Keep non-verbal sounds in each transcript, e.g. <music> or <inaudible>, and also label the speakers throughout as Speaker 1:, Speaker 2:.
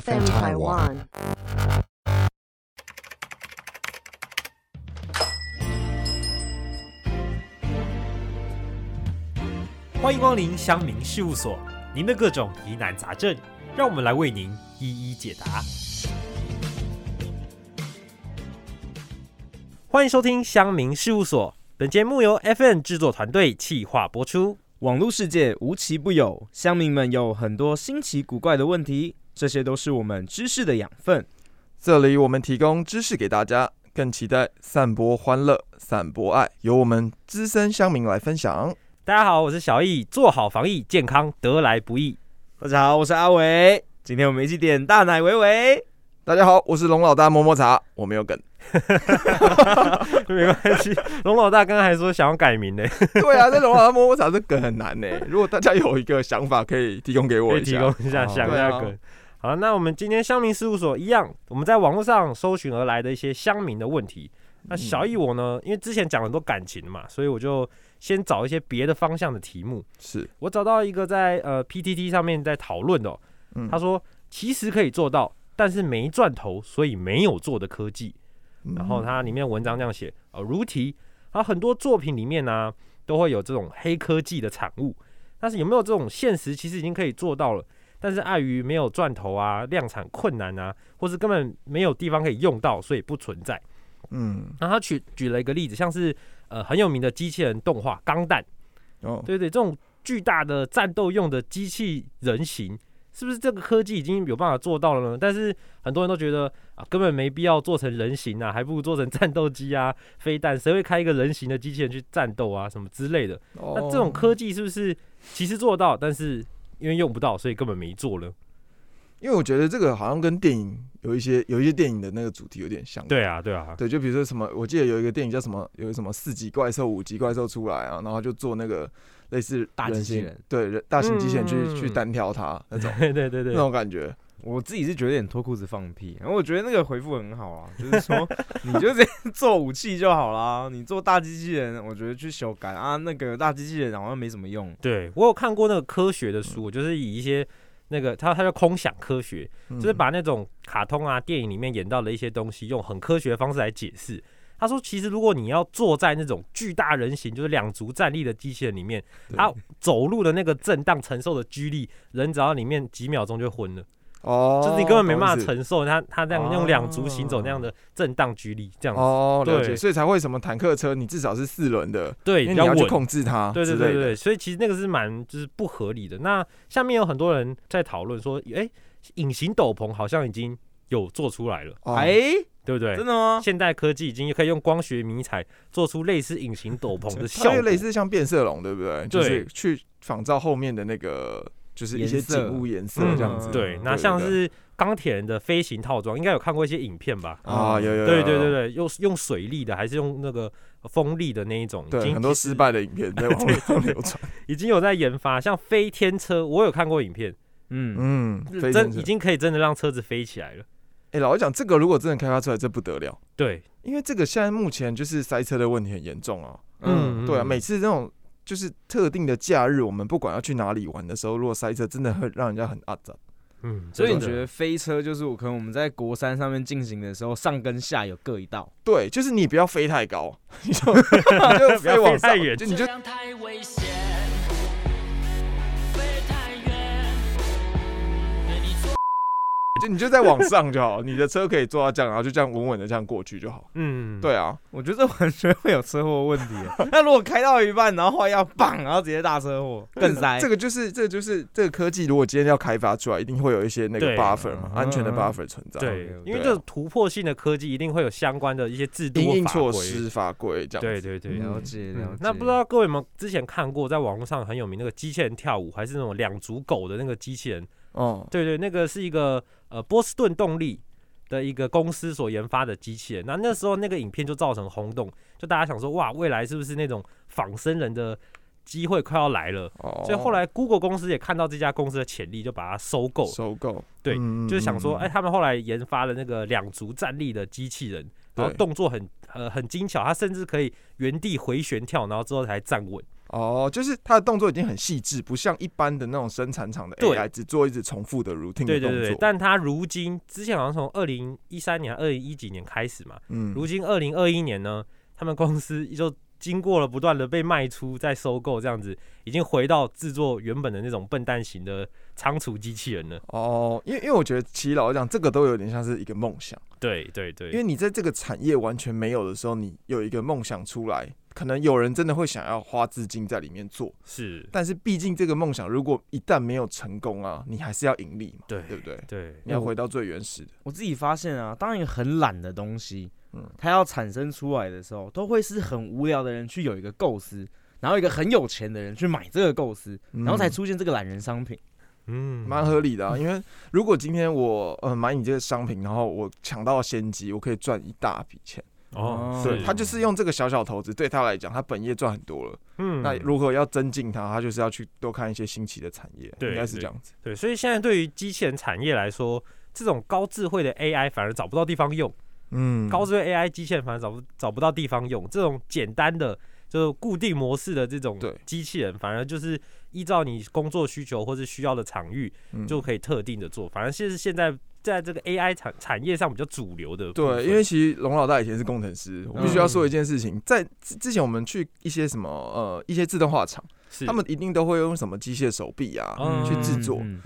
Speaker 1: FM Taiwan.
Speaker 2: 欢迎光临乡民事务所，您的各种疑难杂症，让我们来为您一一解答。欢迎收听乡民事务所，本节目由 FN 制作团队企划播出。
Speaker 3: 网络世界无奇不有，乡民们有很多新奇古怪的问题，这些都是我们知识的养分。
Speaker 4: 这里我们提供知识给大家，更期待散播欢乐、散播爱，由我们资深乡民来分享。
Speaker 2: 大家好，我是小易，做好防疫，健康得来不易。 <laughs>
Speaker 3: 大家好，我是阿伟，今天我们一起点大奶维维。
Speaker 4: 大家好，我是龙老大摸摸茶，我没有梗。
Speaker 2: 没关系，龙老大刚刚还说想要改名呢，
Speaker 4: 对啊，这龙老大摸摸茶这梗很难呢。 <laughs> 如果大家有一个想法，可以提供给
Speaker 2: 可
Speaker 4: 我
Speaker 2: 以
Speaker 4: 一
Speaker 2: 提
Speaker 4: 下。
Speaker 2: 供一下想
Speaker 4: 对
Speaker 2: 那
Speaker 4: 啊
Speaker 2: 个。好，那我们今天乡民事务所一样，我们在网络上搜寻而来的一些乡民的问题。那小易我呢，因为之前讲了很多感情嘛，所以我就先找一些别的方向的题目。
Speaker 4: 是，
Speaker 2: 我找到一个在呃 PTT 上面在讨论的、哦，
Speaker 4: 嗯
Speaker 2: 他说其实可以做到，但是没赚头，所以没有做的科技。
Speaker 4: 嗯
Speaker 2: 然后它里面文章这样写，呃，如题，然后很多作品里面呢、都会有这种黑科技的产物，但是有没有这种现实其实已经可以做到了，但是碍于没有赚头啊、量产困难啊，或是根本没有地方可以用到，所以不存在。
Speaker 4: 嗯，
Speaker 2: 然后他举举了一个例子，像是呃很有名的机器人动画《钢弹》，
Speaker 4: 哦，
Speaker 2: 对对，这种巨大的战斗用的机器人形，是不是这个科技已经有办法做到了呢？但是很多人都觉得啊，根本没必要做成人形啊，还不如做成战斗机啊、 <laughs> 飞弹，谁会开一个人形的机器人去战斗啊，什么之类的？
Speaker 4: 哦
Speaker 2: 那这种科技是不是其实做到，但是因为用不到，所以根本没做呢？
Speaker 4: 因为我觉得这个好像跟电影有一些有一些电影的那个主题有点像。
Speaker 2: 对啊，对啊，
Speaker 4: 对，就比如说什么，我记得有一个电影叫什么，有什么四级怪兽、五级怪兽出来啊，然后就做那个类似
Speaker 3: 大
Speaker 4: 人
Speaker 3: 机器
Speaker 4: 形
Speaker 3: 人，
Speaker 4: 对，人大型机器人去、去
Speaker 2: 嗯
Speaker 4: 单挑它那种
Speaker 2: 对对对 <laughs> 对
Speaker 4: 那，种感觉。
Speaker 3: 我自己是觉得有点脱裤子放屁，然后我觉得那个回复很好啊，就是
Speaker 2: <laughs>
Speaker 3: 说你就直接做武器就好啦，你做大机器人，我觉得去修改啊，那个大机器人好像没什么用。
Speaker 2: 对我有看过那个科学的书，就是以一些那个它它叫空想科学，
Speaker 4: 嗯
Speaker 2: 就是把那种卡通啊、电影里面演到的一些东西，用很科学的方式来解释。他说，其实如果你要坐在那种巨大人形，就是两足站立的机器人里面，
Speaker 4: 对
Speaker 2: 它走路的那个震荡承受的居力，人只要里面几秒钟就昏了，
Speaker 4: 哦，
Speaker 2: 就是你根本没办
Speaker 4: 懂
Speaker 2: 法
Speaker 4: 意思
Speaker 2: 承受它它这样用两足行走那样的震荡居力，这样子、
Speaker 4: 哦，了
Speaker 2: 对
Speaker 4: 解，所以才会什么坦克车，你至少是四轮的，
Speaker 2: 对
Speaker 4: 因为
Speaker 2: 比
Speaker 4: 你
Speaker 2: 较
Speaker 4: 要去
Speaker 2: 稳。
Speaker 4: 控制它
Speaker 2: 对
Speaker 4: 之
Speaker 2: 对
Speaker 4: 类
Speaker 2: 对
Speaker 4: 的。
Speaker 2: 对，所以其实那个是蛮就是不合理的。那下面有很多人在讨论说，诶，隐形斗篷好像已经有做出来了，
Speaker 4: 哦
Speaker 3: 哎、
Speaker 2: 对不对
Speaker 3: 真？的吗？
Speaker 2: 现代科技已经可以用光学迷彩做出类似隐形斗篷的
Speaker 4: <laughs>
Speaker 2: 效
Speaker 4: 它
Speaker 2: 果，
Speaker 4: 就类似像变色龙，对不对？就是
Speaker 2: 对
Speaker 4: 去仿照后面的那个，就是一
Speaker 3: 颜
Speaker 4: 些
Speaker 3: 色
Speaker 4: 景物颜色
Speaker 2: 嗯
Speaker 4: 这样子。
Speaker 2: 对，那
Speaker 4: 对
Speaker 2: 像
Speaker 4: 对
Speaker 2: 是钢铁人的飞行套装，应该有看过一些影片吧？
Speaker 4: 啊，有有有，
Speaker 2: 对对
Speaker 4: 有
Speaker 2: 对，对，用用水力的还是用那个风力的那一种，已
Speaker 4: 对
Speaker 2: 经
Speaker 4: 很多
Speaker 2: 其实
Speaker 4: 失败的影片在网络上流传。
Speaker 2: 已经有在研发，像飞天车，我有看过影片，
Speaker 3: 嗯，
Speaker 4: 嗯，非常
Speaker 2: 真已经可以真的让车子飞起来了。
Speaker 4: 哎，老实讲，这个如果真的开发出来，这不得了，
Speaker 2: 对，
Speaker 4: 因为这个现在目前就是塞车的问题很严重啊。
Speaker 3: 嗯
Speaker 4: 对啊，每次这种就是特定的假日，我们不管要去哪里玩的时候，如果塞车，真的会让人家很阿杂。
Speaker 2: 嗯，
Speaker 3: 所以
Speaker 2: 真
Speaker 3: 你
Speaker 2: 的
Speaker 3: 觉得飞车就是我可能我们在国三上面进行的时候，上跟下有各一道。
Speaker 4: 对，就是你不要飞太高，你就 <laughs> 你就
Speaker 2: 不要
Speaker 4: 飞往
Speaker 2: 飞太
Speaker 4: 上，
Speaker 2: 远
Speaker 4: 就
Speaker 5: 这
Speaker 4: 你就
Speaker 5: 样太危险，飞太远，对你做
Speaker 4: 就你就在往上就好，你的车可以做到这样，然后就这样稳稳的这样过去就好。
Speaker 2: 嗯，
Speaker 4: 对啊，
Speaker 3: 我觉得这完全会有车祸问题。 <laughs> 那如果开到一半，然后坏要棒，然后直接大车祸，更塞。
Speaker 4: 这个就是这个就是这个科技，如果今天要开发出来，一定会有一些那个
Speaker 2: 对
Speaker 4: buffer 嘛
Speaker 3: 嗯，
Speaker 4: 安全的
Speaker 3: 嗯
Speaker 4: buffer 存在，
Speaker 2: 对
Speaker 3: 对，
Speaker 2: 因为
Speaker 4: 啊
Speaker 2: 这种突破性的科技一定会有相关的一些制度
Speaker 4: 因
Speaker 2: 或
Speaker 4: 应
Speaker 2: 法
Speaker 4: 措
Speaker 2: 规
Speaker 4: 施法规这样。
Speaker 2: 对对对。
Speaker 4: 嗯
Speaker 3: 了解
Speaker 2: 嗯
Speaker 3: 了解。
Speaker 2: 那不知道各位有没有之前看过，在网络上很有名那个机器人跳舞，还是那种两足狗的那个机器人？
Speaker 4: 哦，
Speaker 2: 对对，那个是一个呃波士顿动力的一个公司所研发的机器人。那那时候那个影片就造成轰动，就大家想说哇，未来是不是那种仿生人的机会快要来了？
Speaker 4: 哦
Speaker 2: 所以后来 Google 公司也看到这家公司的潜力，就把它收购了
Speaker 4: 收购，
Speaker 2: 对
Speaker 4: 哦嗯
Speaker 2: 就是想说，哎、，
Speaker 4: 嗯
Speaker 2: 他们后来研发了那个两足站立的机器人，然后
Speaker 4: 对
Speaker 2: 动作很呃很精巧，它甚至可以原地回旋跳，然后之后才站稳。
Speaker 4: 哦，就是它的动作已经很细致，不像一般的那种生产厂的
Speaker 2: 对
Speaker 4: AI 只做一直重复的 routine
Speaker 2: 对
Speaker 4: 的
Speaker 2: 对
Speaker 4: 动
Speaker 2: 对，
Speaker 4: 作。
Speaker 2: 但它如今之前好像从二零一三年、二零一几年开始嘛，
Speaker 4: 嗯
Speaker 2: 如今二零二一年呢，他们公司就经过了不断的被卖出、再收购这样子，已经回到制作原本的那种笨蛋型的仓储机器人了。
Speaker 4: 哦，因为因为我觉得其实老实讲，这个都有点像是一个梦想，
Speaker 2: 对对对，
Speaker 4: 因为你在这个产业完全没有的时候，你有一个梦想出来，可能有人真的会想要花资金在里面做，
Speaker 2: 是
Speaker 4: 但是毕竟这个梦想如果一旦没有成功啊，你还是要盈利嘛，
Speaker 2: 对
Speaker 4: 对不对？
Speaker 2: 对
Speaker 4: 你要回到最原始的，
Speaker 3: 我自己发现啊，当一个很懒的东西，
Speaker 4: 嗯
Speaker 3: 它要产生出来的时候，都会是很无聊的人去有一个构思，然后一个很有钱的人去买这个构思，然后才
Speaker 4: 嗯
Speaker 3: 出现这个懒人商品。
Speaker 2: 嗯
Speaker 4: 蛮合理的、
Speaker 2: <laughs>
Speaker 4: 啊，因为如果今天我呃买你这个商品，然后我抢到先机，我可以赚一大笔钱。
Speaker 2: 哦，
Speaker 3: 对
Speaker 2: 是
Speaker 4: 他就是用这个小小投资，对他来讲，他本业赚很多了。
Speaker 2: 嗯
Speaker 4: 那如果要增进它，他就是要去多看一些新奇的产业，
Speaker 2: 对
Speaker 4: 应该是这样子。
Speaker 2: 对，所以现在对于机器人产业来说，这种高智慧的 AI 反而找不到地方用，
Speaker 4: 嗯
Speaker 2: 高智慧 AI 机器人反而找不找不到地方用，这种简单的就是固定模式的这种
Speaker 4: 对
Speaker 2: 机器人，反而就是依照你工作需求或是需要的场域
Speaker 4: 嗯
Speaker 2: 就可以特定的做，反而是现在在这个 AI 产产业上比较主流的部分。
Speaker 4: 对，因为其实龙老大以前是工程
Speaker 2: 嗯
Speaker 4: 师，我必须要说一件事情，在之之前我们去一些什么呃一些自动化厂，
Speaker 2: 是
Speaker 4: 他们一定都会用什么机械手臂啊，
Speaker 2: 嗯
Speaker 4: 去制作。
Speaker 3: 嗯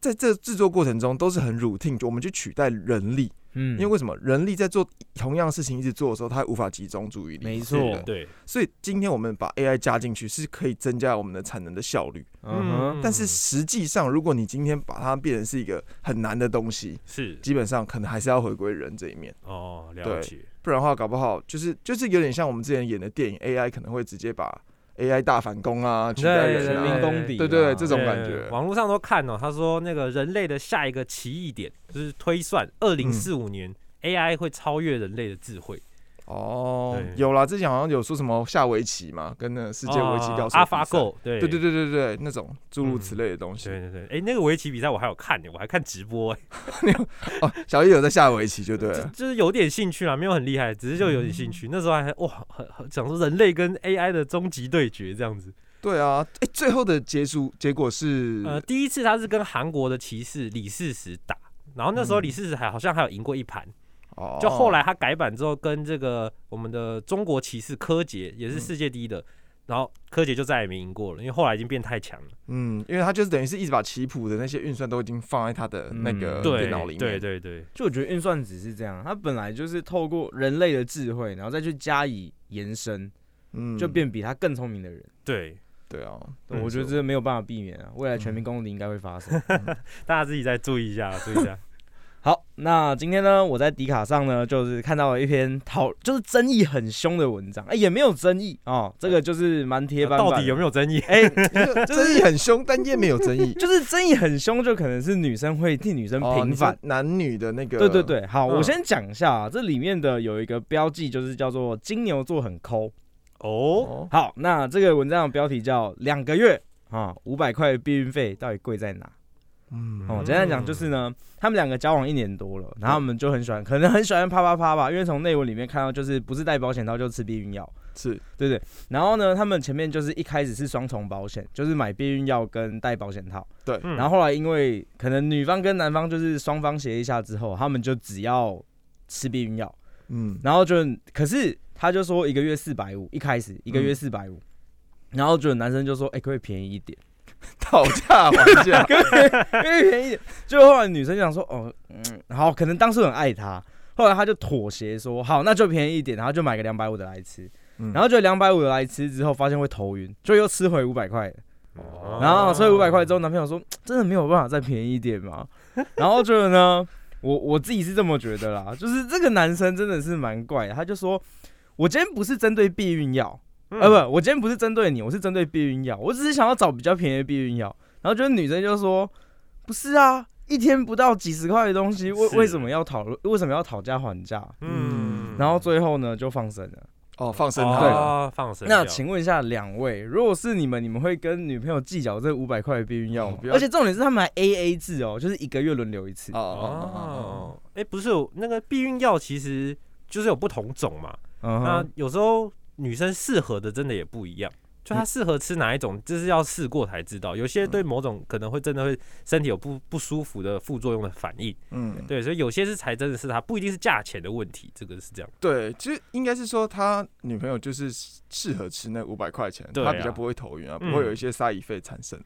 Speaker 4: 在这制作过程中都是很 routine，就我们去取代人力，
Speaker 3: 嗯
Speaker 4: 因为为什么人力在做同样事情一直做的时候，他无法集中注意力。
Speaker 3: 没
Speaker 2: 是
Speaker 3: 错
Speaker 2: 的对，
Speaker 4: 所以今天我们把 AI 加进去，是可以增加我们的产能的效率。
Speaker 3: 嗯哼，
Speaker 4: 但是实际上，如果你今天把它变成是一个很难的东西，
Speaker 2: 是
Speaker 4: 基本上可能还是要回归人这一面，
Speaker 2: 哦，了
Speaker 4: 对
Speaker 2: 解，
Speaker 4: 不然的话，搞不好就是就是有点像我们之前演的电影 AI 可能会直接把 AI 大反攻啊，取代
Speaker 2: 对
Speaker 4: 人
Speaker 3: 人
Speaker 4: 啊，
Speaker 3: 民公敌啊，
Speaker 4: 对对对这种
Speaker 2: 对
Speaker 4: 感觉
Speaker 2: 呃网络上都看哦，他说那个人类的下一个奇异点就是推算二零四五
Speaker 4: 嗯
Speaker 2: 年、AI 会超越人类的智慧。
Speaker 4: 哦
Speaker 2: 对，
Speaker 4: 有啦，之前好像有说什么下围棋嘛，跟那个世界围
Speaker 3: 哦
Speaker 4: 棋高手
Speaker 2: 阿
Speaker 4: 比赛
Speaker 2: 法，狗，哦对
Speaker 4: 对对对对对，那种诸如
Speaker 3: 嗯
Speaker 4: 此类的东西。
Speaker 2: 对对对，哎、那个围棋比赛我还有看呢，我还看直播、诶
Speaker 4: 哦，小叶有在下围棋，就对啊了。
Speaker 2: 就是有点兴趣啦，没有很厉害，只是就有点兴趣。那时候还哇，很很想说人类跟 AI 的终极对决这样子。
Speaker 4: 对啊，哎，最后的结束结果是
Speaker 2: 呃，第一次他是跟韩国的骑士李世石打，然后那时候李世石还好像还有赢过一盘。
Speaker 4: 哦
Speaker 2: 就后来他改版之后，跟这个我们的中国骑士柯洁也是世界第一的，然后柯洁就再也没赢过了，因为后来已经变太强了。
Speaker 4: 嗯，因为他就是等于是一直把棋谱的那些运算都已经放在他的那个
Speaker 3: 呃嗯
Speaker 2: 对
Speaker 4: 电脑里面。
Speaker 2: 对对对，
Speaker 3: 就我觉得运算只是这样，它本来就是透过人类的智慧，然后再去加以延伸，
Speaker 4: 嗯
Speaker 3: 就变比他更聪明的人。
Speaker 2: 对，
Speaker 4: 对 <laughs> 啊，
Speaker 2: 嗯
Speaker 3: 我觉得这没有办法避免啊，未来全民公敌应该会发生。
Speaker 2: 大家自己再注意一下，注意一下。
Speaker 3: 好，那今天呢，我在迪卡上呢，就是看到了一篇讨，就是争议很凶的文章，哎、也没有争议哦，这个就是蛮贴板
Speaker 2: 到底有
Speaker 3: 没
Speaker 2: 没有争议？
Speaker 3: 哎、。
Speaker 4: 就争议很凶，但也没有争议
Speaker 3: 就是争议很凶，就可能是女生会替女生
Speaker 4: 哦你
Speaker 3: 平
Speaker 4: 说
Speaker 3: 反。
Speaker 4: 男女的那个，
Speaker 3: 对对，对，好，
Speaker 2: 嗯
Speaker 3: 我先讲一下、啊，这里面的有一个标记，就是叫做金牛座很抠。
Speaker 2: <laughs> 哦，
Speaker 4: 哦，
Speaker 3: 好，那这个文章的标题叫“两个月啊，五百块避孕费到底贵在哪？”
Speaker 4: 嗯，
Speaker 3: 哦，简单讲就是呢，他们两个交往一年多了，然后他们就很喜欢，可能很喜欢啪啪啪吧，因为从内文里面看到，就是不是戴保险套就是吃避孕药，
Speaker 4: 是，
Speaker 3: 对不对？然后呢，他们前面就是一开始是双重保险，就是买避孕药跟戴保险套，
Speaker 4: 对，
Speaker 2: 嗯
Speaker 3: 然后后来因为可能女方跟男方就是双方协议下之后，他们就只要吃避孕药，
Speaker 4: 嗯， <laughs>
Speaker 3: 然后就可是他就说一个月四百五，一开始一个月四百五，然后就男生就说，哎、可不可以便宜一点？
Speaker 4: 讨价还价，
Speaker 3: <laughs> 因为便宜。就后来女生就想说，哦，嗯，好，可能当时很爱他，后来他就妥协说，好，那就便宜一点，然后就买个两百五的来吃，
Speaker 4: 嗯
Speaker 3: 然后就两百五的来吃之后，发现会头晕，就又吃回五百块的，
Speaker 2: 哦
Speaker 3: 然后所以五百块之后，男朋友说，真的没有办法再便宜一点吗？然后就呢，我我自己是这么觉得啦，就是这个男生真的是蛮怪的，他就说。我今天不是针对避孕药，
Speaker 2: 嗯
Speaker 3: 呃，不，我今天不是针对你，我是针对避孕药，我只是想要找比较便宜的避孕药。然后就是女生就说：“不是啊，一天不到几十块的东西，为
Speaker 2: 是
Speaker 3: 为什么要讨论？为什么要讨价还价？”
Speaker 4: 嗯
Speaker 3: 然后最后呢，就放生了。
Speaker 4: 哦，放生他了，
Speaker 2: 哦，放生掉。
Speaker 3: 那请问一下两位，如果是你们，你们会跟女朋友计较这五百块的避孕药
Speaker 4: 哦
Speaker 3: 吗
Speaker 4: 不？要
Speaker 3: 而且重点是他们还 A A 制哦，就是一个月轮流一次。
Speaker 4: 哦哦，
Speaker 2: 哦，哎，不是那个避孕药，其实就是有不同种嘛。
Speaker 3: 嗯
Speaker 2: 那
Speaker 3: 哼，
Speaker 2: 有时候女生适合的真的也不一样。就它适合吃哪一种，这是要试过才知道。有些对某种可能会真的会身体有不不舒服的副作用的反应，
Speaker 4: 嗯，
Speaker 2: 对，所以有些是才真的是它不一定是价钱的问题，这个是这样。
Speaker 4: 对，其实应该是说他女朋友就是适合吃那五百块钱，
Speaker 2: 对啊
Speaker 4: 他比较不会头晕啊，不
Speaker 2: 嗯
Speaker 4: 会有一些杀疑费产生。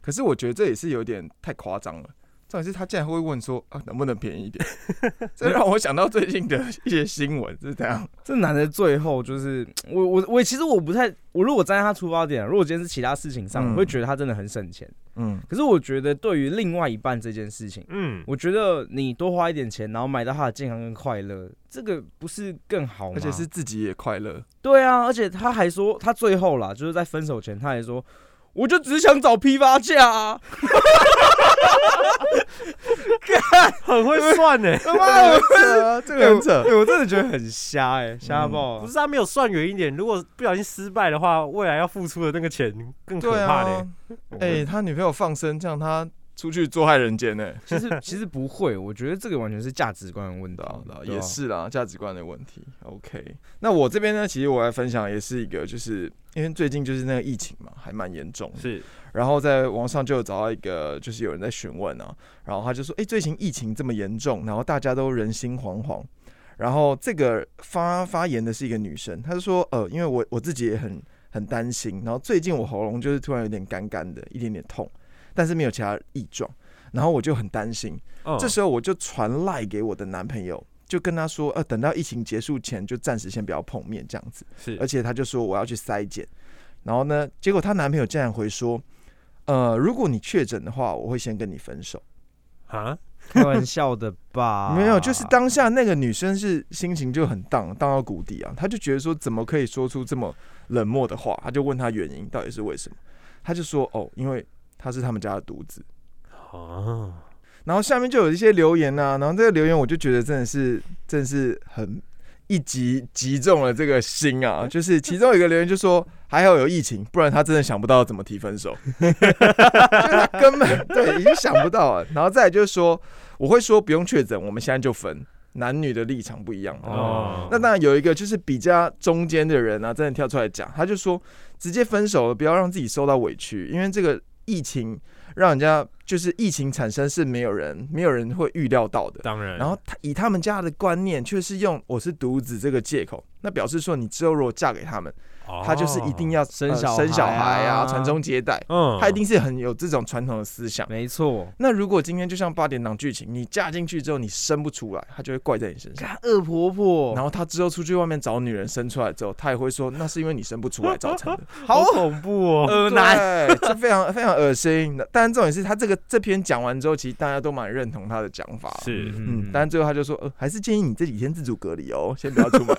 Speaker 4: 可是我觉得这也是有点太夸张了。重点是他竟然会问说啊，能不能便宜一点？ <laughs> 这让我想到最近的一些新闻是怎样？
Speaker 3: 这男的最后就是我我我其实我不太，我如果站在他出发点，如果今天是其他事情上，
Speaker 4: 嗯
Speaker 3: 我会觉得他真的很省钱。
Speaker 4: 嗯，
Speaker 3: 可是我觉得对于另外一半这件事情，
Speaker 2: 嗯，
Speaker 3: 我觉得你多花一点钱，然后买到他的健康跟快乐，这个不是更好吗？
Speaker 4: 而且是自己也快乐。
Speaker 3: 对啊，而且他还说，他最后啦，就是在分手前，他还说，我就只想找批发价啊！
Speaker 2: 很会算欸呢、
Speaker 3: 他妈的，
Speaker 4: 啊，这个很扯。
Speaker 3: <laughs>
Speaker 4: 嗯
Speaker 3: 对我真的觉得很瞎哎、瞎爆
Speaker 2: 不
Speaker 3: 啊、
Speaker 2: 是他没有算远一点，如果不小心失败的话，未来要付出的那个钱更可
Speaker 4: 对
Speaker 2: 怕嘞、
Speaker 4: 啊，哎、他女朋友放生，这样他出去做害人间呢、
Speaker 3: 其实其实不会，我觉得这个完全是价值观的问题
Speaker 4: 对啊，对啊，
Speaker 3: 对啊
Speaker 4: 也是啦，价值观的问题。OK，那我这边呢，其实我来分享也是一个，就是因为最近就是那个疫情嘛，还蛮严重的。
Speaker 2: 是，
Speaker 4: 然后在网上就有找到一个，就是有人在询问啊，然后他就说，哎、最近疫情这么严重，然后大家都人心惶惶。然后这个发发言的是一个女生，她就说，呃，因为我我自己也很很担心，然后最近我喉咙就是突然有点干干的，一点点痛，但是没有其他异状，然后我就很担心，
Speaker 2: 嗯，
Speaker 4: 这时候我就传赖给我的男朋友，就跟他说，呃，等到疫情结束前就暂时先不要碰面这样子。
Speaker 2: 是
Speaker 4: 而，且他就说我要去筛检，然后呢，结果她男朋友竟然回说，呃，如果你确诊的话，我会先跟你分手。
Speaker 2: 啊，
Speaker 3: 开玩笑的吧？
Speaker 4: 没有，就是当下那个女生是心情就很荡，荡到谷底啊。她就觉得说，怎么可以说出这么冷漠的话？她就问他原因到底是为什么，他就说，哦，因为她是他们家的独子。
Speaker 2: 哦，
Speaker 4: 然后下面就有一些留言呐、然后这个留言我就觉得真的是，真的是很一击击中了这个心啊！就是其中有一个留言就说，还好有疫情，不然他真的想不到怎么提分手，就是他根本对已经想不到了。然后再来就是说，我会说不用确诊，我们现在就分，男女的立场不一样嘛。
Speaker 2: 哦
Speaker 4: 那当然有一个就是比较中间的人啊，真的跳出来讲，他就说直接分手了，不要让自己受到委屈，因为这个疫情让人家就是疫情产生是没有人没有人会预料到的。
Speaker 2: 当然，
Speaker 4: 然后他以他们家的观念，却是用我是独子这个借口，那表示说你之后如果嫁给他们，
Speaker 2: 哦
Speaker 4: 他就是一定
Speaker 2: 要，
Speaker 4: 要
Speaker 3: 哦生
Speaker 4: 呃
Speaker 3: 小
Speaker 4: 生小
Speaker 3: 孩
Speaker 4: 孩啊，
Speaker 3: 啊
Speaker 4: 传宗接代，
Speaker 2: 嗯，
Speaker 4: 他一定是很有这种传统的思想。
Speaker 3: 没错，
Speaker 4: 那如果今天就像八点档剧情，你嫁进去之后你生不出来，他就会怪在你身上。
Speaker 3: 看恶婆婆，
Speaker 4: 然后他之后出去外面找女人生出来之后，他也会说那是因为你生不出来造成
Speaker 2: <laughs>
Speaker 4: 的，
Speaker 2: 好恐怖哦，
Speaker 3: 恶男，
Speaker 4: 对，这非常非常恶心。当然重点是他这个这篇讲完之后，其实大家都蛮认同他的讲法。
Speaker 2: 是，
Speaker 4: 嗯，但最后他就说，呃，还是建议你这几天自主隔离哦，先不要出门，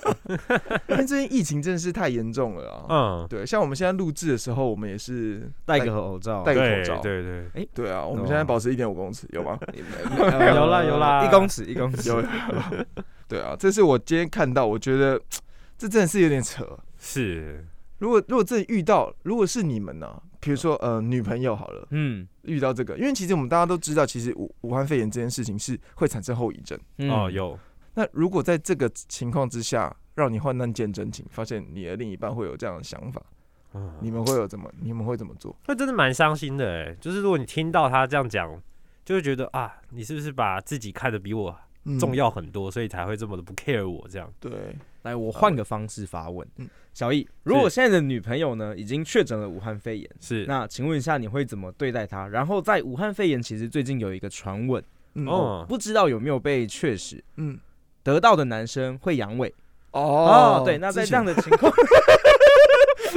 Speaker 4: 因为最近疫情真的是太严重了啊。
Speaker 2: 嗯，
Speaker 4: 对，像我们现在录制的时候，我们也是
Speaker 3: 戴个口罩，
Speaker 4: 戴个
Speaker 2: 哦对
Speaker 4: 口罩
Speaker 2: 对哦对，
Speaker 4: 对啊，我们现在保持一点五公尺，有
Speaker 2: <laughs>
Speaker 4: 吗？
Speaker 3: <laughs> 呃
Speaker 2: 有啦有啦
Speaker 3: 一公尺一公尺，
Speaker 4: 有。 <laughs> 对啊，这是我今天看到，我觉得这真的是有点扯。
Speaker 2: 是，
Speaker 4: 如果如果真的遇到，如果是你们呢、比如说呃女朋友好了，
Speaker 3: 嗯
Speaker 4: 遇到这个，因为其实我们大家都知道，其实武武汉肺炎这件事情是会产生后遗症。
Speaker 3: 嗯
Speaker 2: 哦，有，
Speaker 4: 那如果在这个情况之下，让你患难见真情，发现你的另一半会有这样的想法，
Speaker 2: 嗯
Speaker 4: 你们会有怎么？你们会怎么做？
Speaker 2: 那真的蛮伤心的哎，就是如果你听到他这样讲，就会觉得啊，你是不是把自己看得比我
Speaker 4: 嗯
Speaker 2: 重、要很多，所以才会这么的不 care 我这样？
Speaker 4: 对，
Speaker 3: 来，我换个方式发问
Speaker 4: 嗯。
Speaker 3: 小易，如果现在的女朋友呢已经确诊了武汉肺炎，
Speaker 2: 是，
Speaker 3: 那请问一下你会怎么对待她？然后在武汉肺炎，其实最近有一个传闻，
Speaker 4: 嗯
Speaker 2: 哦
Speaker 3: 不知道有没有被确实
Speaker 4: 嗯，
Speaker 3: 得到的男生会阳痿
Speaker 4: 哦
Speaker 3: 对，那在
Speaker 4: 之前
Speaker 3: 这样的情况， <laughs> 啊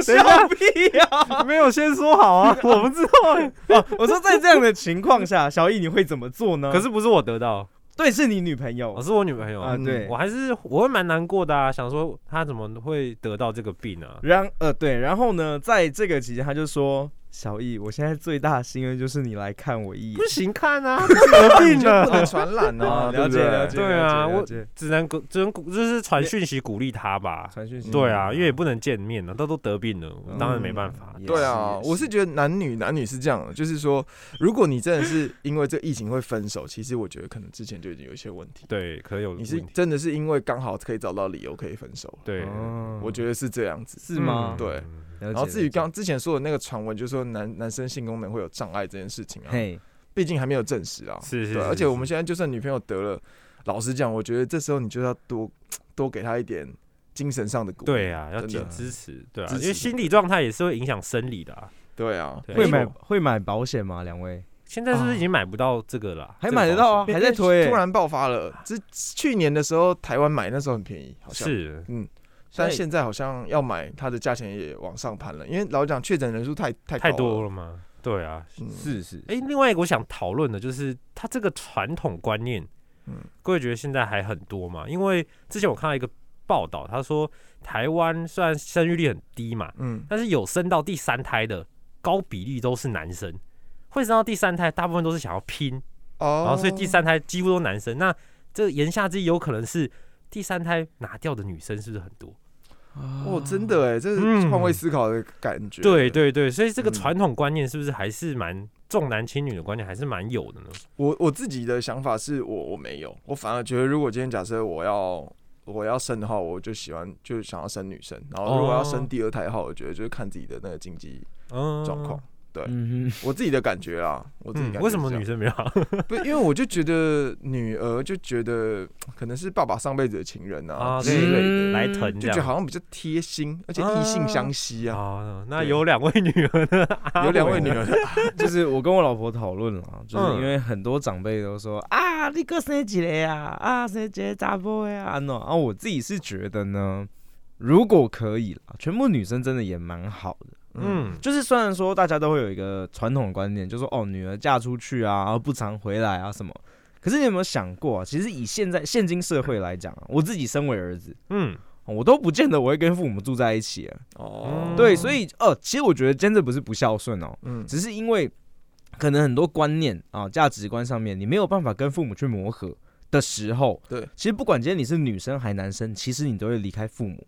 Speaker 2: 等一下
Speaker 3: 笑屁呀！
Speaker 2: <laughs> 没有先说好
Speaker 3: <laughs>
Speaker 2: 啊，我不知道，
Speaker 3: 哦我说在这样的情况下，小易你会怎么做呢？
Speaker 2: 可是不是我得到，
Speaker 3: 对，是你女朋
Speaker 2: 我
Speaker 3: 友
Speaker 2: 哦是我女朋友
Speaker 3: 啊，
Speaker 4: 嗯
Speaker 3: 对
Speaker 2: 我，还是我会蛮难过的啊，想说她怎么会得到这个病啊？
Speaker 3: 然呃对，然后呢，在这个期间，他就说。小易，我现在最大的心愿就是你来看我一眼
Speaker 2: 不。行看 <laughs> 啊，这是得
Speaker 3: <laughs>
Speaker 2: 病
Speaker 4: 你就不
Speaker 2: 了，
Speaker 4: 能传染
Speaker 3: 啊
Speaker 4: 啊，对
Speaker 3: 了解
Speaker 4: 不对
Speaker 3: 了解
Speaker 2: 对啊，
Speaker 3: 了
Speaker 2: 我
Speaker 3: 解了解
Speaker 2: 只能鼓只能鼓就是传讯息鼓励她吧。
Speaker 3: 传讯息。
Speaker 2: 对啊，因为也不能见面了，都都得病了，我当然没办法。
Speaker 3: 嗯
Speaker 4: 对啊，我是觉得男女男女是这样的，就是说，如果你真的是因为这疫情会分手，其实我觉得可能之前就已经有一些问题。
Speaker 2: 对，可能有
Speaker 4: 你是
Speaker 2: 问题
Speaker 4: 真的是因为刚好可以找到理由可以分手，
Speaker 2: 对，
Speaker 4: 我觉得是这样子。
Speaker 3: 哦是
Speaker 2: 嗯
Speaker 3: 吗？
Speaker 4: 对
Speaker 3: 然
Speaker 4: 然后至于刚之前说的那个传闻，就是说男男生性功能会有障碍这件事情啊，
Speaker 3: 嘿，
Speaker 4: 毕竟还没有证实啊。
Speaker 2: 是是
Speaker 4: 对啊，
Speaker 2: 是
Speaker 4: 而且
Speaker 2: 是
Speaker 4: 我们现在就算女朋友得了，老实讲，我觉得这时候你就要多多给她一点精神上的鼓励。
Speaker 2: 对啊，要
Speaker 4: 真
Speaker 2: 支
Speaker 4: 的
Speaker 2: 支持，对啊，
Speaker 4: 支
Speaker 2: 因为
Speaker 4: 持
Speaker 2: 心理状态也是会影响生理的啊。
Speaker 4: 对啊，
Speaker 2: 对
Speaker 3: 会
Speaker 2: 因为
Speaker 3: 买会买保险吗？两位
Speaker 2: 现在是不是
Speaker 4: 啊
Speaker 2: 已经买不到这个了啊？
Speaker 3: 还
Speaker 2: 这个
Speaker 3: 买得
Speaker 2: 保
Speaker 3: 到啊，
Speaker 4: 因为
Speaker 3: 还在推欸，
Speaker 4: 突然爆发了。之去年的时候，台湾买那时候很便宜，好
Speaker 2: 险？
Speaker 4: 像，
Speaker 2: 是，
Speaker 4: 但现在好像要买它的价钱也往上攀了，因为老实讲确诊人数太太
Speaker 2: 太
Speaker 4: 高
Speaker 2: 多
Speaker 4: 了。
Speaker 2: 了吗？对啊，
Speaker 4: 嗯，
Speaker 3: 是是
Speaker 2: 哎、另外一个我想讨论的就是他这个传统观念，嗯
Speaker 4: 嗯，
Speaker 2: 各位觉得现在还很多吗？因为之前我看到一个报道，他说台湾虽然生育率很低嘛，
Speaker 4: 嗯，
Speaker 2: 但是有生到第三胎的高比例都是男生，会生到第三胎大部分都是想要拼，
Speaker 4: 哦，
Speaker 2: 然后所以第三胎几乎都男生。那这言下之意有可能是第三胎拿掉的女生是不是很多？
Speaker 4: 哦，真的哎，这是
Speaker 2: 嗯
Speaker 4: 换位思考的感觉。
Speaker 2: 对，对对，所以这个
Speaker 4: 嗯
Speaker 2: 传统观念是不是还是蛮重男轻女的观念还是蛮有的呢？
Speaker 4: 我我自己的想法是我我没有，我反而觉得如果今天假设我要我要生的话，我就喜欢就想要生女生，然后如果要
Speaker 2: 哦
Speaker 4: 生第二胎的话，我觉得就是看自己的那个经济
Speaker 2: 嗯，
Speaker 4: 状况。对
Speaker 3: 嗯
Speaker 4: 我自己的感觉啦，我自己
Speaker 2: 嗯
Speaker 4: 感觉、
Speaker 2: 为什么女？生没有？
Speaker 4: 不，因为我就觉得女儿就觉得可能是爸爸上辈子的情人
Speaker 2: 啊
Speaker 4: 啊之
Speaker 2: 对
Speaker 4: 类的，
Speaker 2: <laughs>
Speaker 3: 嗯
Speaker 2: 来疼
Speaker 4: 就
Speaker 2: 这
Speaker 4: 觉得
Speaker 2: 样。
Speaker 4: 好像比较贴心，而且异性相吸啊。
Speaker 2: 啊，那
Speaker 4: 对
Speaker 2: 有两位女儿呢？阿
Speaker 4: 有两位
Speaker 2: 伟
Speaker 4: 女
Speaker 2: 呢
Speaker 4: 儿的，
Speaker 3: 哼，就是我跟我老婆讨论了，就是
Speaker 2: 嗯
Speaker 3: 因为很多长辈都说啊，你哥生几个呀？啊，生几个咋不呀？啊喏，啊，我自己是觉得呢，如果可以啦，全部女生真的也蛮好的。
Speaker 4: 嗯，
Speaker 2: 嗯，
Speaker 3: 就是虽然说大家都会有一个传统的观念，就说哦，女儿嫁出去啊，然后不常回来啊什么。可是你有没有想过啊？其实以现在现今社会来讲啊，我自己身为儿子，
Speaker 2: 嗯，
Speaker 3: 我都不见得我会跟父母住在一起啊。
Speaker 4: 哦，
Speaker 3: 对，所以呃，其实我觉得真的不是不孝顺哦，
Speaker 4: 嗯，
Speaker 3: 只是因为可能很多观念啊、价值观上面，你没有办法跟父母去磨合的时候，
Speaker 4: 对，
Speaker 3: 其实不管今天你是女生还男生，其实你都会离开父母，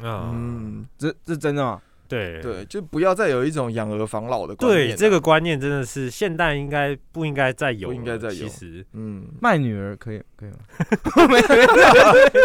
Speaker 2: 啊，
Speaker 4: 嗯，
Speaker 3: 这这真的吗？
Speaker 2: 对
Speaker 4: 对，就不要再有一种养儿防老的观念
Speaker 2: 对，
Speaker 4: 啊。
Speaker 2: 这个观念真的是现代应该不应该再有
Speaker 4: 不
Speaker 2: 了，
Speaker 4: 应该再有
Speaker 2: 其实， <laughs>
Speaker 4: 嗯，
Speaker 3: 卖女儿可以可以吗？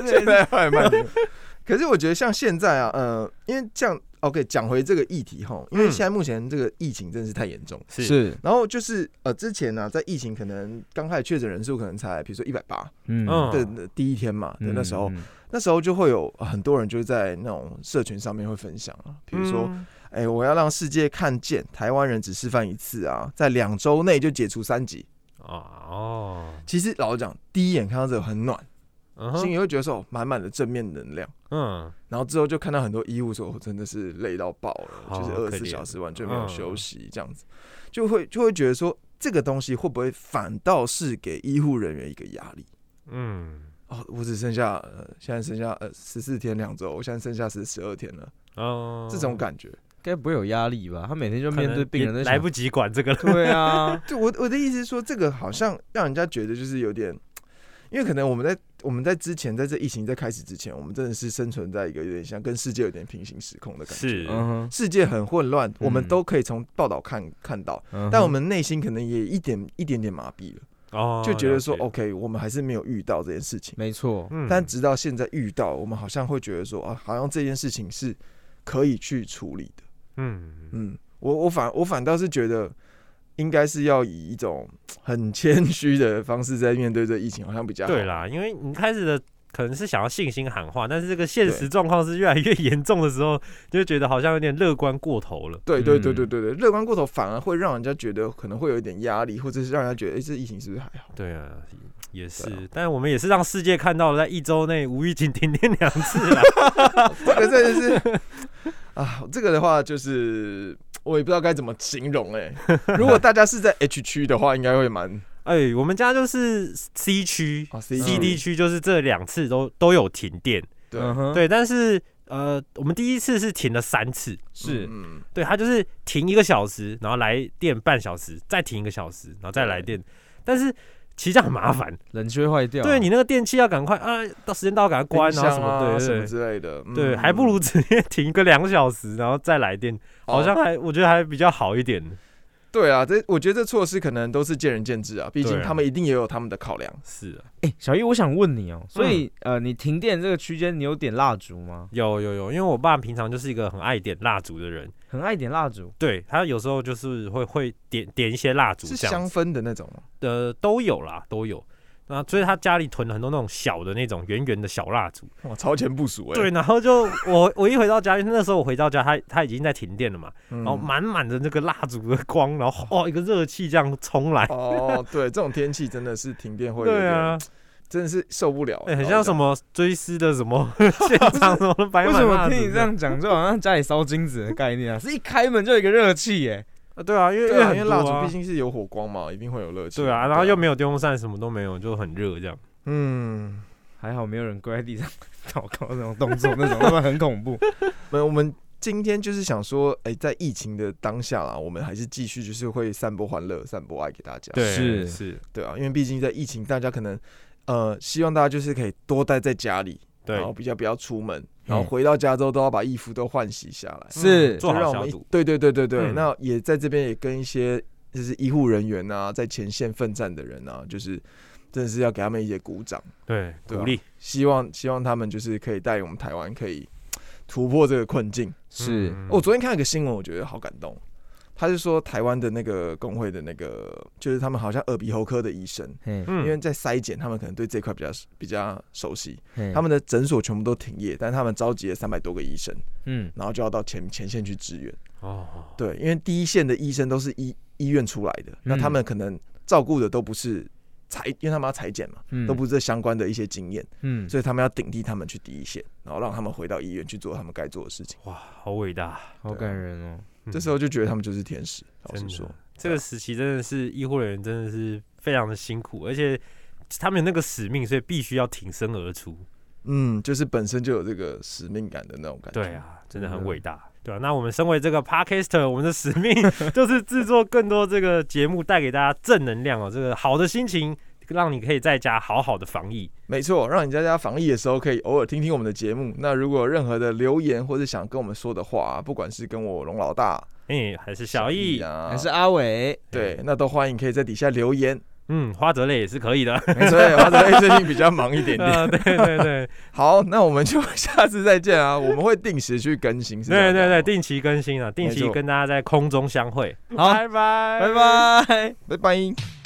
Speaker 4: 现在还蛮。 <laughs> 可是我觉得像现在啊，呃，因为这样，OK，讲回这个议题哈，因为
Speaker 2: 嗯
Speaker 4: 现在目前这个疫情真的是太严重。
Speaker 2: 是
Speaker 4: 然后就是呃，之前呢、在疫情可能刚开始确诊人数可能才比如说一百八
Speaker 3: 嗯
Speaker 2: 嗯
Speaker 4: 的的第一天嘛的
Speaker 3: 嗯
Speaker 4: 那时候，
Speaker 3: 嗯
Speaker 4: 那时候就会有呃很多人就在那种社群上面会分享啊，比如说，
Speaker 2: 嗯
Speaker 4: 哎、我要让世界看见台湾人只示范一次啊，在两周内就解除三级。
Speaker 2: 哦
Speaker 4: 其实老实讲，第一眼看到这个很暖，
Speaker 2: 哦，
Speaker 4: 心
Speaker 2: 嗯
Speaker 4: 里会觉得说哦满满的正面能量。
Speaker 2: 哼
Speaker 4: 然后之后就看到很多医务说，我真的是累到爆了，
Speaker 2: 好
Speaker 4: 就是
Speaker 2: 可
Speaker 4: 二
Speaker 2: 怜
Speaker 4: 十四小时完全没有休
Speaker 2: 嗯
Speaker 4: 息这样子，就会就会觉得说这个东西会不会反倒是给医护人员一个压力？
Speaker 2: 嗯
Speaker 4: 哦，我只剩下、呃、现在剩下呃十四天两周，我现在剩下十十二天了，
Speaker 2: 嗯，哦，
Speaker 4: 这种感觉。
Speaker 3: 该不会有压力吧？他每天就
Speaker 2: 可能
Speaker 3: 面对病人
Speaker 2: 也
Speaker 3: 在想
Speaker 2: 来不及管这个了，
Speaker 3: <laughs> 对啊，
Speaker 4: 就我我的意思是说，这个好像让人家觉得就是有点，因为可能我们在我们在之前在这疫情在开始之前，我们真的是生存在一个有点像跟世界有点平行时空的感觉。
Speaker 2: 是，
Speaker 3: 嗯
Speaker 4: 世界很混乱，我们
Speaker 3: 嗯
Speaker 4: 都可以从报道看看到，
Speaker 2: 嗯
Speaker 3: 哼，
Speaker 4: 但我们内心可能也一点一点点麻痹了，
Speaker 2: 哦，
Speaker 4: 就觉得说
Speaker 2: 了解，
Speaker 4: OK，我们还是没有遇到这件事情。
Speaker 3: 没错，
Speaker 2: 嗯
Speaker 4: 但直到现在遇到，我们好像会觉得说啊，好像这件事情是可以去处理的。
Speaker 2: 嗯，
Speaker 4: 嗯，我我反我反倒是觉得，应该是要以一种很谦虚的方式在面对这疫情，好像比较好
Speaker 2: 对。啦，因为你开始的可能是想要信心喊话，但是这个现实状况是越来越严重的时候，就会觉得好像有点乐观过头了。
Speaker 4: 对对对
Speaker 3: 嗯
Speaker 4: 对对对，乐观过头反而会让人家觉得可能会有一点压力，或者是让人家觉得，哎、这疫情是不是还好？
Speaker 2: 对啊，也是，
Speaker 4: 对啊
Speaker 2: 但我们也是让世界看到了，在一周内无预警停电两次啦。 <laughs>
Speaker 4: <laughs> 这个真的是啊，这个的话就是我也不知道该怎么形容哎、如果大家是在 H 区的话，应该会蛮
Speaker 2: 哎、我们家就是 C 区、
Speaker 4: 啊 C 区
Speaker 2: C D 区，就是这两次都都有停电。
Speaker 4: 对
Speaker 3: 嗯哼，
Speaker 2: 对，但是呃，我们第一次是停了三次，
Speaker 3: 是
Speaker 4: 嗯
Speaker 2: 对，它就是停一个小时，然后来电半小时，再停一个小时，然后再来电。但是其实这样很麻烦，
Speaker 3: 冷却坏掉，
Speaker 2: 对你，那个电器要赶快啊，到时间到赶快关
Speaker 4: 冰
Speaker 2: 啊什
Speaker 4: 箱
Speaker 2: 么，
Speaker 4: 啊
Speaker 2: 对
Speaker 4: 什么
Speaker 2: 对对。
Speaker 4: 之类的，
Speaker 2: 对，
Speaker 4: 嗯
Speaker 2: 还不哦如直接停个两小时，然后再来电，好像还我觉得还比较好一点。
Speaker 4: 对啊，这我觉得这措施可能都是见仁见智啊，毕竟
Speaker 2: 对啊
Speaker 4: 他们一定也有他们的考量。
Speaker 2: 是啊，
Speaker 3: 哎、小易，我想问你哦、所以、
Speaker 2: 嗯
Speaker 3: 呃，你停电这个区间，你有点蜡烛吗？
Speaker 2: 有有有，因为我爸平常就是一个很爱点蜡烛的人，
Speaker 3: 很爱点蜡烛，
Speaker 2: 对他有时候就是会会点点一些蜡烛
Speaker 4: 是
Speaker 2: 这样
Speaker 4: 香
Speaker 2: 子，
Speaker 4: 氛的那种吗？
Speaker 2: 呃，都有啦，都有。那所以他家里囤了很多那种小的那种圆圆的小蜡烛，
Speaker 4: 哇，超前部署哎、
Speaker 2: 对，然后就我我一回到家，因为那时候我回到家，他他已经在停电了嘛，
Speaker 4: 嗯，
Speaker 2: 然后满满的那个蜡烛的光，然后哦一个热气这样冲来，
Speaker 4: 哦，对，这种天气真的是停电会有
Speaker 2: 对
Speaker 4: 点，
Speaker 2: 啊，
Speaker 4: 真的是受不了、
Speaker 2: 哎、很像什
Speaker 4: 么？
Speaker 2: 么追思的什
Speaker 4: <laughs>
Speaker 2: 么现场什么的摆
Speaker 3: 为
Speaker 2: 满
Speaker 3: 什么
Speaker 2: 蜡烛
Speaker 3: 听你这
Speaker 2: 的？
Speaker 3: 样讲，就好像家里烧金纸的概念啊？是一开门就有一个热气耶。
Speaker 2: 啊对啊，因为
Speaker 4: 对啊，因为
Speaker 2: 很
Speaker 4: 蜡
Speaker 2: 多啊
Speaker 4: 烛毕竟是有火光嘛，一定会有热气。
Speaker 2: 对啊，然后又没有电风扇，什么都没有，就很热这样。
Speaker 4: 嗯，
Speaker 3: 还好没有人跪在地上祷告那种动作，那种他们很恐怖。
Speaker 4: 那我们今天就是想说，哎、在疫情的当下啦，我们还是继续就是会散播欢乐、散播爱给大家。
Speaker 2: 对，
Speaker 3: 是
Speaker 2: 是，
Speaker 4: 对啊，因为毕竟在疫情，大家可能呃，希望大家就是可以多待在家里，
Speaker 2: 对嗯
Speaker 4: 然，后比较不要出门，然后回到家之后都要把衣服都换洗下来，
Speaker 3: 是
Speaker 2: 做
Speaker 4: 就
Speaker 2: 好
Speaker 4: 让我
Speaker 2: 消
Speaker 4: 们一
Speaker 2: 毒。
Speaker 4: 对对对对对，
Speaker 2: 嗯
Speaker 4: 那也在这边也跟一些就是医护人员啊，在前线奋战的人啊，就是真的是要给他们一些鼓掌，
Speaker 2: 对，
Speaker 4: 对啊
Speaker 2: 鼓励。嗯
Speaker 4: 希望希望他们就是可以带领我们台湾可以突破这个困境。
Speaker 3: <laughs> 是，
Speaker 2: 嗯
Speaker 4: 哦我、昨天看了一个新闻，我觉得好感动。他是说台湾的那个工会的那个，就是他们好像耳鼻喉科的医生，
Speaker 3: 嘿，
Speaker 2: 嗯
Speaker 4: 因为在筛检，他们可能对这块比较比较熟悉。
Speaker 2: 嗯
Speaker 3: 嘿
Speaker 4: 他们的诊所全部都停业，但他们召集了三百多个医生，
Speaker 3: 嗯，
Speaker 4: 然后就要到前前线去支援。
Speaker 2: 哦，嗯
Speaker 4: 对，因为第一线的医生都是医医院出来的，那他们可能照顾的都不是裁，因为他们要裁剪嘛，
Speaker 3: 嗯
Speaker 4: 都不是这相关的一些经验，
Speaker 3: 嗯，
Speaker 4: 所以他们要顶替他们去第一线，然后让他们回到医院去做他们该做的事情。
Speaker 2: 哇，好伟大。
Speaker 3: 好感人哦。
Speaker 4: 这时候就觉得他们就是天使，老
Speaker 2: 嗯真
Speaker 4: 实
Speaker 2: 的
Speaker 4: 说，
Speaker 2: 这个时期真的是医护人员真的是非常的辛苦，而且他们有那个使命，所以必须要挺身而出。
Speaker 4: 嗯，就是本身就有这个使命感的嗯那种感觉。
Speaker 2: 对，啊，真的
Speaker 3: 真
Speaker 2: 很
Speaker 3: 的
Speaker 2: 伟大。对啊，那我们身为这个 podcaster，我们的使
Speaker 4: <laughs>
Speaker 2: 命就是制作更多这个节目，带给大家正能量哦，这个好的心情，让你可以在家好好的防疫。
Speaker 4: 没错，让你在家防疫的时候可以偶尔听听我们的节目。那如果有任何的留言或者想跟我们说的话，不管是跟我龙老大、
Speaker 2: 哎、还是小易，
Speaker 4: 啊，
Speaker 3: 还是阿伟，
Speaker 4: 对，那都欢迎可以在底下留
Speaker 2: <laughs>
Speaker 4: 言。
Speaker 2: 嗯，花泽类也是可以的。
Speaker 4: <laughs> 没错，华泽类最近比较忙一点点。
Speaker 2: 呃，对对对
Speaker 4: 好，那我们就下次再见啊！我们会定时去更新， <laughs> 是这
Speaker 2: 对
Speaker 4: 样
Speaker 2: 对对，
Speaker 4: 讲
Speaker 2: 定期更新啊，定
Speaker 4: 没
Speaker 2: 期
Speaker 4: 错
Speaker 2: 跟大家在空中相会。
Speaker 3: 好，
Speaker 2: 拜拜
Speaker 3: 拜拜。
Speaker 4: 吗拜拜。